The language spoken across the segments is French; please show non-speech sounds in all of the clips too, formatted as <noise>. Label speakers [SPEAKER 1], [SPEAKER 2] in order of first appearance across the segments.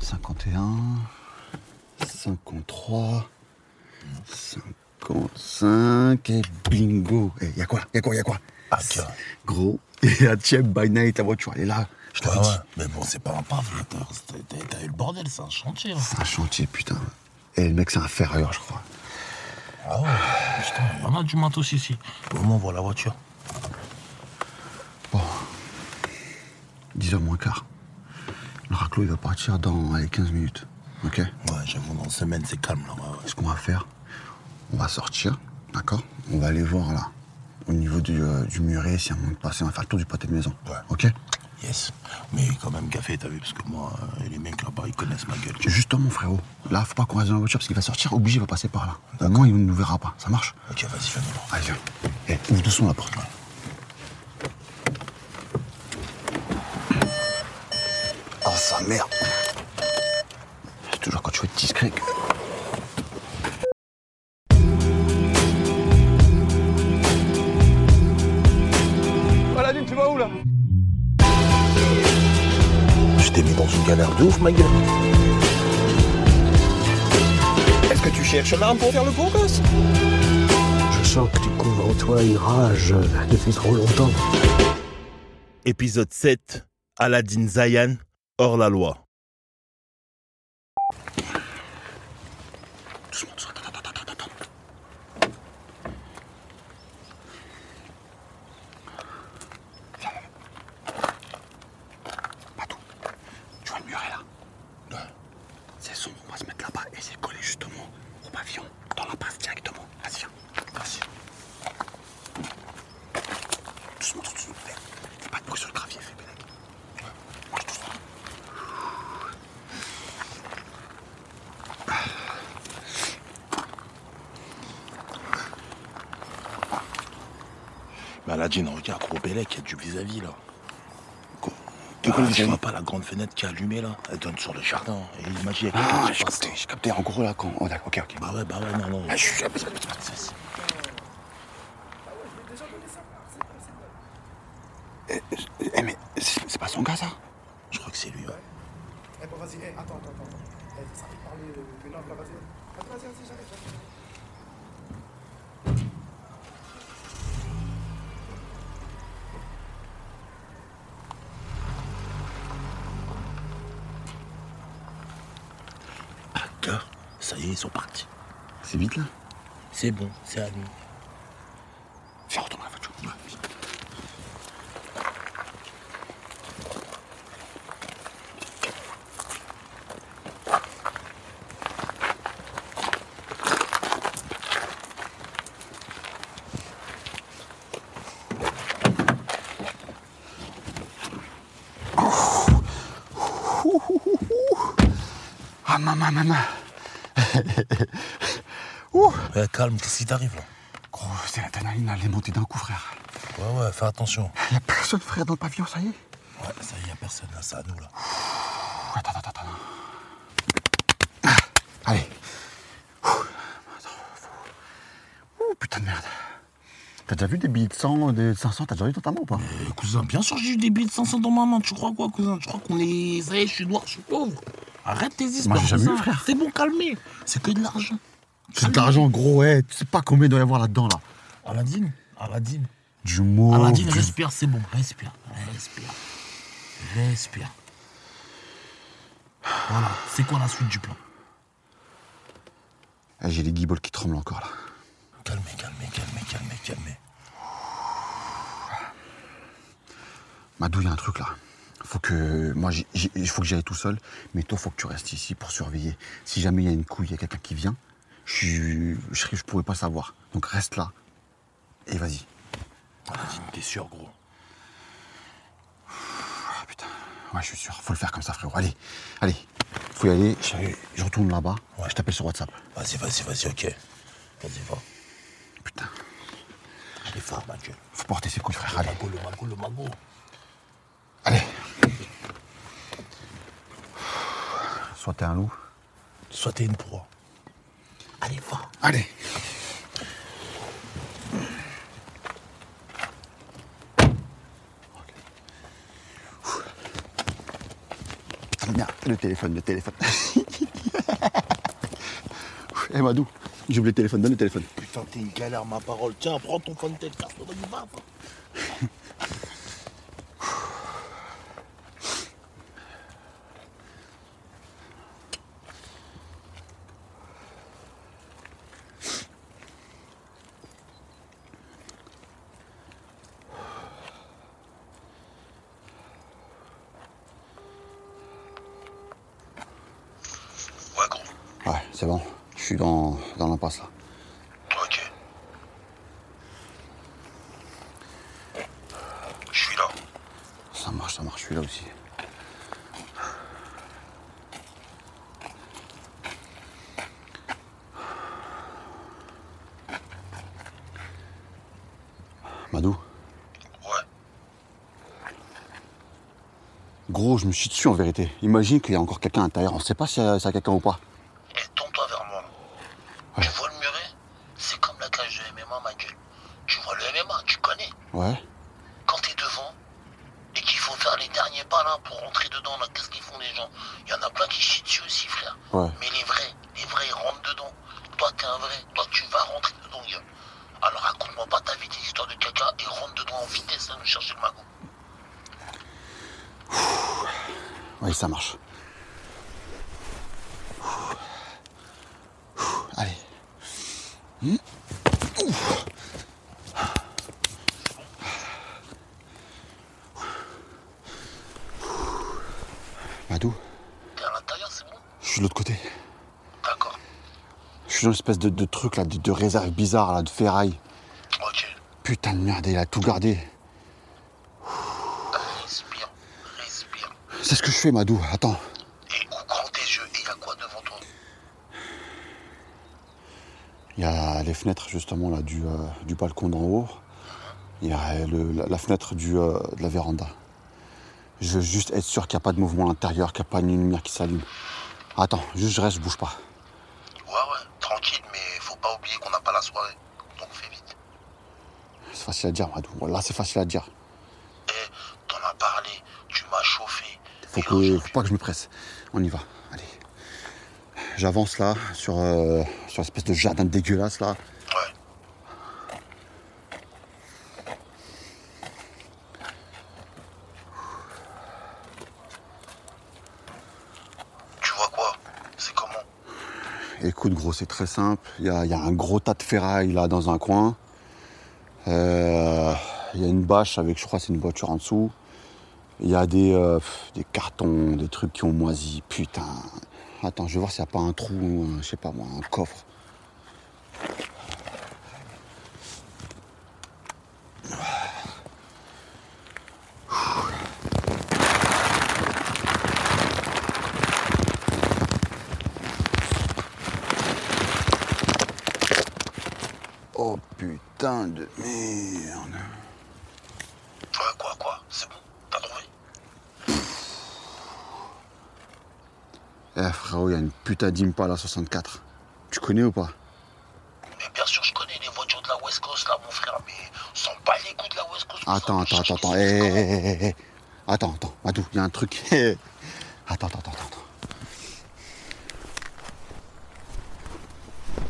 [SPEAKER 1] 51, 53, 55 et bingo. Et y a quoi Y a quoi Y a quoi
[SPEAKER 2] Ah, tiens.
[SPEAKER 1] Gros, et à Tchèp by night, ta voiture, elle est là. Je
[SPEAKER 2] Ah
[SPEAKER 1] t'avais
[SPEAKER 2] ouais.
[SPEAKER 1] dit.
[SPEAKER 2] Mais bon, c'est pas un paf. t'as- t'as- T'as eu le bordel, c'est un chantier. hein.
[SPEAKER 1] C'est un chantier, putain. Et le mec, c'est un ferrailleur, je crois.
[SPEAKER 2] Ah ouais, putain, il y en a du matos ici. Au moins, on voit la voiture.
[SPEAKER 1] 10h moins quart. Le raclot, il va partir dans allez, 15 minutes. Ok
[SPEAKER 2] Ouais, j'avoue, dans une semaine, c'est calme là. Ouais, ouais.
[SPEAKER 1] Ce qu'on va faire, on va sortir, d'accord On va aller voir là, au niveau du, euh, du muret, s'il y a moyen de passer. On va faire le tour du pâté de maison.
[SPEAKER 2] Ouais.
[SPEAKER 1] Ok
[SPEAKER 2] Yes. Mais quand même, café, t'as vu, parce que moi, euh, les mecs là-bas, ils connaissent ma gueule. tu vois.
[SPEAKER 1] Justement, frérot, là, faut pas qu'on reste dans la voiture parce qu'il va sortir obligé, il va passer par là. Au moins, il ne nous verra pas. Ça marche
[SPEAKER 2] Ok, vas-y, fais nous
[SPEAKER 1] Allez, viens. Eh, ouvre doucement la porte.
[SPEAKER 2] Ah,
[SPEAKER 1] Oh, sa mère C'est toujours quand tu veux être discret que...
[SPEAKER 2] Je t'ai mis dans une galère de ouf, ma gueule.
[SPEAKER 3] Est-ce que tu cherches l'arme pour faire le beau gosse
[SPEAKER 4] Je sens que tu couvres en toi une rage euh, depuis trop longtemps.
[SPEAKER 5] Épisode 7. Aladdin Zayan, hors la loi.
[SPEAKER 1] Doucement, doucement, attends, attends, attends, attends. Patou, tu vois le muret là C'est sombre, on va se mettre là-bas et c'est collé justement au pavillon, dans la passe directement. Vas-y, viens. Doucement, doucement, doucement. Fais pas de bruit sur le gravier, fais pénètre. Mange doucement.
[SPEAKER 2] Mais Aladine, regarde, gros Bélec, il y a du vis-à-vis là.
[SPEAKER 1] De quoi
[SPEAKER 2] Ah,
[SPEAKER 1] le
[SPEAKER 2] tu
[SPEAKER 1] vis-à-vis
[SPEAKER 2] vois pas la grande fenêtre qui est allumée là Elle donne sur le jardin. Et imagine, il y a quelqu'un
[SPEAKER 1] Ah,
[SPEAKER 2] qui
[SPEAKER 1] j'ai
[SPEAKER 2] passe.
[SPEAKER 1] capté, j'ai capté. En gros, là, quand. Oh, d'accord, ok, ok.
[SPEAKER 2] Bah ouais, bah ouais, non, non.
[SPEAKER 1] Ah, je suis- Eh, eh, mais c'est c'est pas son gars, ça
[SPEAKER 2] Je crois que c'est lui, ouais.
[SPEAKER 6] Eh ben vas-y, eh, attends, attends, attends. Eh, ça fait parler, euh, mais non, là, vas-y. Attends, vas-y, vas-y, j'arrive, j'arrive.
[SPEAKER 2] Ah, gars, ça y est, ils sont partis.
[SPEAKER 1] C'est vite, là
[SPEAKER 2] C'est bon, c'est à nous.
[SPEAKER 1] Fais retourner la voiture. Ah, maman, maman. Ouh,
[SPEAKER 2] Ouais, calme, qu'est-ce qui t'arrive là
[SPEAKER 1] gros, c'est l'adrénaline, là, elle est montée d'un coup, frère.
[SPEAKER 2] Ouais, ouais, fais attention.
[SPEAKER 1] Il y a personne, frère, dans le pavillon, ça y est.
[SPEAKER 2] Ouais, ça y est, y a personne là, c'est à nous là.
[SPEAKER 1] Ouh, attends, attends, attends. Ah, allez. Ouh, attends, faut- Ouh, putain de merde. T'as déjà vu des billets de 100, des 500, t'as déjà vu dans ta main ou pas
[SPEAKER 2] Eh, cousin, bien sûr, j'ai eu des billets de 500 dans ma main. Tu crois quoi, cousin Tu crois qu'on est. Ça y est, je suis noir, je suis pauvre. Arrête tes histoires.
[SPEAKER 1] j'ai jamais
[SPEAKER 2] cousin.
[SPEAKER 1] eu, frère.
[SPEAKER 2] C'est bon, calmez. C'est que de l'argent.
[SPEAKER 1] C'est de l'argent, gros, ouais. Tu sais pas combien il doit y avoir là-dedans, là.
[SPEAKER 2] Aladdin, Aladdin. Oh,
[SPEAKER 1] Du mot.
[SPEAKER 2] Aladdin,
[SPEAKER 1] du...
[SPEAKER 2] respire, c'est bon. Respire, respire. Respire. Voilà, c'est quoi la suite du plan
[SPEAKER 1] Eh, J'ai les guibolles qui tremblent encore, là.
[SPEAKER 2] Calmez, calmez, calmez, calmez, calmez.
[SPEAKER 1] Madou, Bah, il y a un truc, là. Faut que. Moi, j'y- j'y- il faut que j'y aille tout seul, mais toi, faut que tu restes ici pour surveiller. Si jamais il y a une couille, il y a quelqu'un qui vient, je, suis- je, serais- je pourrais pas savoir. Donc reste là. Et vas-y.
[SPEAKER 2] Aladdin, t'es sûr, gros
[SPEAKER 1] Ah putain, ouais, je suis sûr, faut le faire comme ça, frérot. Allez, allez, faut y aller, je, je retourne là-bas,
[SPEAKER 2] Ouais.
[SPEAKER 1] je t'appelle sur WhatsApp.
[SPEAKER 2] Vas-y, vas-y, vas-y, ok. Vas-y, va.
[SPEAKER 1] Putain,
[SPEAKER 2] Allez, fort, ma gueule.
[SPEAKER 1] faut porter ses couilles, frère, allez,
[SPEAKER 2] Mago, le mago, le mago.
[SPEAKER 1] allez. Soit t'es un loup.
[SPEAKER 2] Soit t'es une proie. Allez, va.
[SPEAKER 1] Allez. Putain, merde. Le téléphone, le téléphone. <laughs> Eh Madou, j'ai oublié le téléphone, donne le téléphone.
[SPEAKER 2] Putain, t'es une galère, ma parole. Tiens, prends ton fond de tête, casse toi du bas.
[SPEAKER 7] Ouais, gros.
[SPEAKER 1] Ouais, c'est bon, je suis dans, dans l'impasse là.
[SPEAKER 7] Ok. Je suis là.
[SPEAKER 1] Ça marche, ça marche, je suis là aussi. Madou,
[SPEAKER 7] Ouais.
[SPEAKER 1] gros, je me suis dessus en vérité. Imagine qu'il y a encore quelqu'un à l'intérieur, on sait pas s'il y a, s'il y a quelqu'un ou pas.
[SPEAKER 7] Et tourne-toi vers moi. Tu vois le muret C'est comme la cage de MMA, ma gueule. Tu vois le MMA, tu connais.
[SPEAKER 1] Ouais,
[SPEAKER 7] Quand t'es devant et qu'il faut faire les derniers pas là pour rentrer dedans, là, qu'est-ce qu'ils font les gens Il y en a plein qui chient dessus aussi, frère.
[SPEAKER 1] Ouais.
[SPEAKER 7] Mais les vrais, les vrais, ils rentrent dedans. Toi, t'es un vrai. Toi, tu vas rentrer dedans, gueule. Alors raconte-moi pas ta vie des histoires de caca et rentre dedans en vitesse à nous chercher le magot.
[SPEAKER 1] oui, ça marche. Allez. Hmm. Madou,
[SPEAKER 7] T'es à l'intérieur, c'est bon
[SPEAKER 1] je suis de l'autre côté.
[SPEAKER 7] D'accord.
[SPEAKER 1] Je suis dans une espèce de, de truc là, de, de réserve bizarre là, de ferraille.
[SPEAKER 7] Ok.
[SPEAKER 1] Putain de merde, il a tout gardé.
[SPEAKER 7] Respire. Respire.
[SPEAKER 1] C'est ce que je fais, Madou. Attends.
[SPEAKER 7] Et ouvre grand tes yeux. Et il y a quoi devant toi
[SPEAKER 1] Il y a les fenêtres justement là du, euh, du balcon d'en haut. Il y a euh, le- la, la fenêtre du, euh, de la véranda. Je veux juste être sûr qu'il n'y a pas de mouvement à l'intérieur, qu'il n'y a pas une lumière qui s'allume. Attends, juste je reste, je bouge pas.
[SPEAKER 7] Ouais, ouais. Tranquille, mais faut pas oublier qu'on n'a pas la soirée. Donc fais vite.
[SPEAKER 1] C'est facile à dire, Madou. Voilà, c'est facile à dire.
[SPEAKER 7] Eh, t'en as parlé, tu m'as chauffé.
[SPEAKER 1] Faut,
[SPEAKER 7] Et
[SPEAKER 1] que,
[SPEAKER 7] aujourd'hui,
[SPEAKER 1] faut pas que je me presse. On y va. Allez. J'avance là, sur, euh, sur l'espèce de jardin dégueulasse là.
[SPEAKER 7] Ouais. Tu vois quoi C'est comment
[SPEAKER 1] Écoute, gros, c'est très simple. Il y, a il y a un gros tas de ferraille là dans un coin. Euh, Il y a une bâche avec, je crois, c'est une voiture en dessous. Il y a des, euh, pff, des cartons, des trucs qui ont moisi. Putain. Attends, je vais voir s'il n'y a pas un trou, euh, je sais pas moi, un coffre. Oh putain de merde.
[SPEAKER 7] Ouais, Ah, quoi, quoi C'est bon T'as trouvé
[SPEAKER 1] Eh frérot, il y a une putain d'Impala 64. Tu connais ou pas
[SPEAKER 7] Mais bien sûr, je connais les voitures de la West Coast, là, mon frère, mais sans pas les goûts de la West Coast. on
[SPEAKER 1] Attends,
[SPEAKER 7] s'en
[SPEAKER 1] attends,
[SPEAKER 7] fiche,
[SPEAKER 1] attends, attends. Eh,
[SPEAKER 7] on
[SPEAKER 1] Hé,
[SPEAKER 7] s'en fiche.
[SPEAKER 1] hé, hé, hé, hé. Attends, attends, Madou, il y a un truc. <laughs> Hé. attends, attends, attends, attends. eh.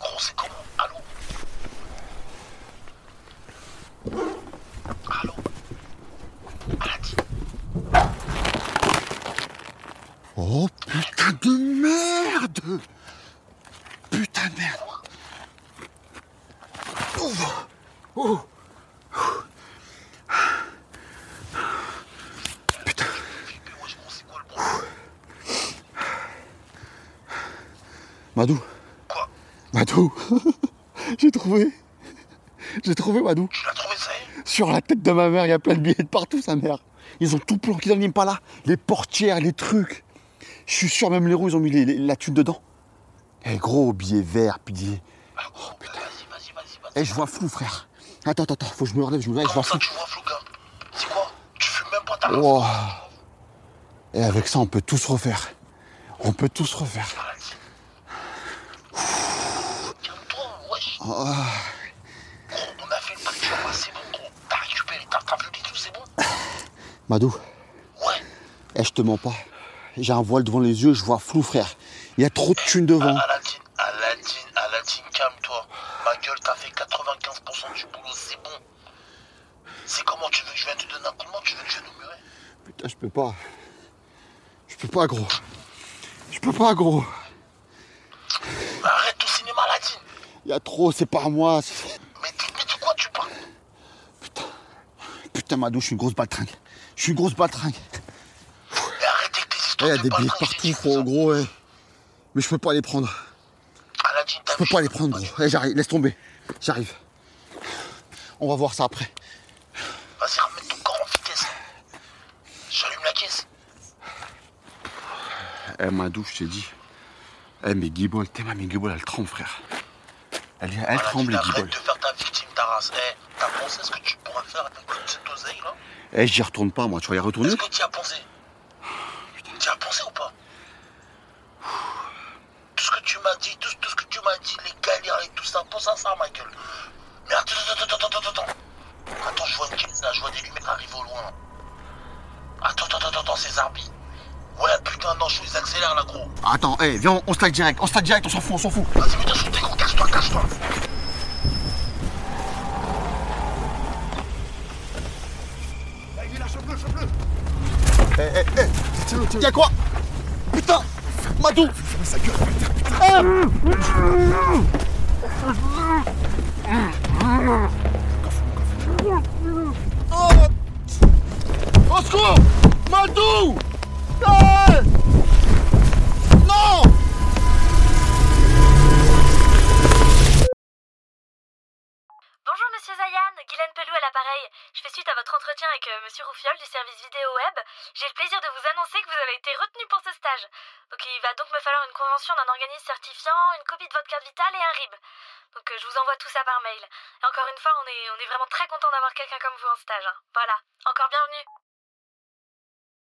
[SPEAKER 7] Gros, c'est comment Allô Allô Aladi
[SPEAKER 1] Oh putain de merde Putain de merde Ouf. Ouf. Putain,
[SPEAKER 7] Flippé, wesh, gros, c'est quoi le bon
[SPEAKER 1] Madou,
[SPEAKER 7] Quoi
[SPEAKER 1] Madou, <laughs> j'ai trouvé, j'ai trouvé Madou.
[SPEAKER 7] Tu l'as trouvé, ça y est
[SPEAKER 1] Sur la tête de ma mère, il y a plein de billets de partout, sa mère. Ils ont tout planqué dans l'Impala, les portières, les trucs. Je suis sûr, même les roues, ils ont mis les- les- la thune dedans. Eh gros, billets verts, billets...
[SPEAKER 7] Ah, gros, vas-y, vas-y, vas-y, vas-y.
[SPEAKER 1] Oh, Eh, je vois flou, frère. Attends, attends, attends, faut que je me relève, je me relève, je vois flou.
[SPEAKER 7] Comment ça, tu vois, flou, gars C'est quoi Tu fumes même pas ta race
[SPEAKER 1] Wow. Oh. Et avec ça, on peut tous refaire. On peut tous refaire.
[SPEAKER 7] Aladi. Calme-toi, wesh.
[SPEAKER 1] Oh,
[SPEAKER 7] Gros, on a fait le prix, tu vois, c'est bon, gros. T'as récupéré, t'as t'as vu les trucs, c'est bon
[SPEAKER 1] Madou,
[SPEAKER 7] Ouais.
[SPEAKER 1] eh, je te mens pas. J'ai un voile devant les yeux, je vois flou, frère. Il y a trop de thunes devant.
[SPEAKER 7] Aladine, Aladine, Aladine, calme-toi. Ma gueule, t'as fait 95% du boulot, c'est bon. C'est comment tu veux que je vienne te donner un coup de main Tu veux que je vienne au muret
[SPEAKER 1] Putain, je peux pas. Je peux pas, gros. Je peux pas, gros.
[SPEAKER 7] Mais Arrête ton cinéma, Aladine
[SPEAKER 1] Il y a trop, c'est par moi. c'est-
[SPEAKER 7] Mais, t'es- mais de quoi tu parles
[SPEAKER 1] Putain, Madou, je suis une grosse baltringue. Je suis une grosse baltringue. Eh,
[SPEAKER 7] Mais arrête avec tes
[SPEAKER 1] Il
[SPEAKER 7] histoires
[SPEAKER 1] y a
[SPEAKER 7] de
[SPEAKER 1] des billets
[SPEAKER 7] baltringues,
[SPEAKER 1] partout,
[SPEAKER 7] j'ai dit
[SPEAKER 1] frérot,
[SPEAKER 7] ça.
[SPEAKER 1] gros, ouais. Mais je peux pas les prendre.
[SPEAKER 7] Aladine, t'as
[SPEAKER 1] Je peux
[SPEAKER 7] vu,
[SPEAKER 1] pas les prendre, gros. Eh, j'arrive, laisse tomber. J'arrive. On va voir ça après.
[SPEAKER 7] Vas-y, ramène ton corps en vitesse. J'allume la caisse.
[SPEAKER 1] Eh, Madou, je t'ai dit. Eh, mais Guibol, t'es ma mais Guibol, elle tremble, frère. Elle, elle
[SPEAKER 7] Aladine,
[SPEAKER 1] tremble, les
[SPEAKER 7] Arrête
[SPEAKER 1] Guibol.
[SPEAKER 7] de faire ta victime, ta race. Eh, t'as pensé à ce que tu pourras faire avec toute cette oseille, là
[SPEAKER 1] Eh, j'y retourne pas, moi. Tu vas y retourner
[SPEAKER 7] Est-ce que tu as pensé Tu as pensé ou pas Tout ce que tu m'as dit, tout, tout ce que tu m'as dit, les galères et tout ça, pense à ça, Michael. Mais attends, attends, attends, attends, attends, attends. Attends, je vois une caisse là, je vois des lumières arriver au loin. Attends, attends, attends, attends, ces arbis. Ouais, putain, non, je ils accélèrent là, gros.
[SPEAKER 1] Attends, eh, viens, on, on se tacle direct. On se tacle direct, on s'en fout, on s'en fout.
[SPEAKER 7] Vas-y, mais t'as sauté, gros, cache-toi, cache-toi.
[SPEAKER 1] Y'a quoi Putain Madou Au secours Madou Ah Non
[SPEAKER 8] Bonjour Monsieur Zayan, Guylaine Pelou à l'appareil. Je fais suite à votre entretien avec euh, Monsieur Roufiol du service vidéo web. J'ai le plaisir de vous annoncer que vous avez été retenu pour ce stage. Donc il va donc me falloir une convention d'un organisme certifiant, une copie de votre carte vitale et un RIB. Donc euh, je vous envoie tout ça par mail. Et encore une fois, on est, on est vraiment très content d'avoir quelqu'un comme vous en stage. hein. Voilà, encore bienvenue.